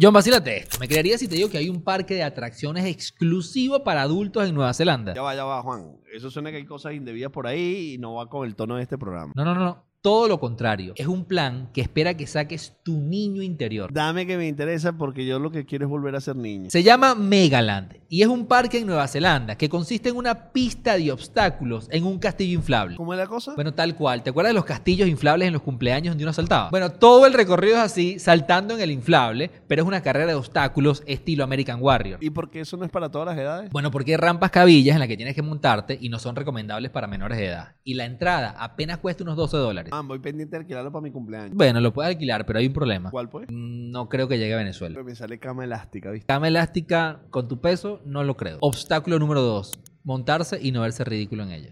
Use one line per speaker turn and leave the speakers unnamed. John, vacílate esto. Me creería si te digo que hay un parque de atracciones exclusivo para adultos en Nueva Zelanda.
Ya va, ya va, Juan. Eso suena que hay cosas indebidas por ahí y no va con el tono de este programa.
No, no, no, no. Todo lo contrario. Es un plan que espera que saques tu niño interior.
Dame que me interesa porque yo lo que quiero es volver a ser niño.
Se llama Megaland y es un parque en Nueva Zelanda que consiste en una pista de obstáculos en un castillo inflable.
¿Cómo es la cosa?
Bueno, tal cual. ¿Te acuerdas de los castillos inflables en los cumpleaños donde uno saltaba? Bueno, todo el recorrido es así, saltando en el inflable, pero es una carrera de obstáculos estilo American Warrior.
¿Y por qué eso no es para todas las edades?
Bueno, porque hay rampas cabillas en las que tienes que montarte y no son recomendables para menores de edad. Y la entrada apenas cuesta unos 12 dólares. Mm,
Man, voy pendiente de alquilarlo para mi cumpleaños.
Bueno, lo puedes alquilar, pero hay un problema.
¿Cuál pues?
No creo que llegue a Venezuela. Mm,
Pero me sale cama elástica, ¿viste?
Cama elástica con tu peso, no lo creo. Obstáculo número 2. Montarse y no verse ridículo en ella.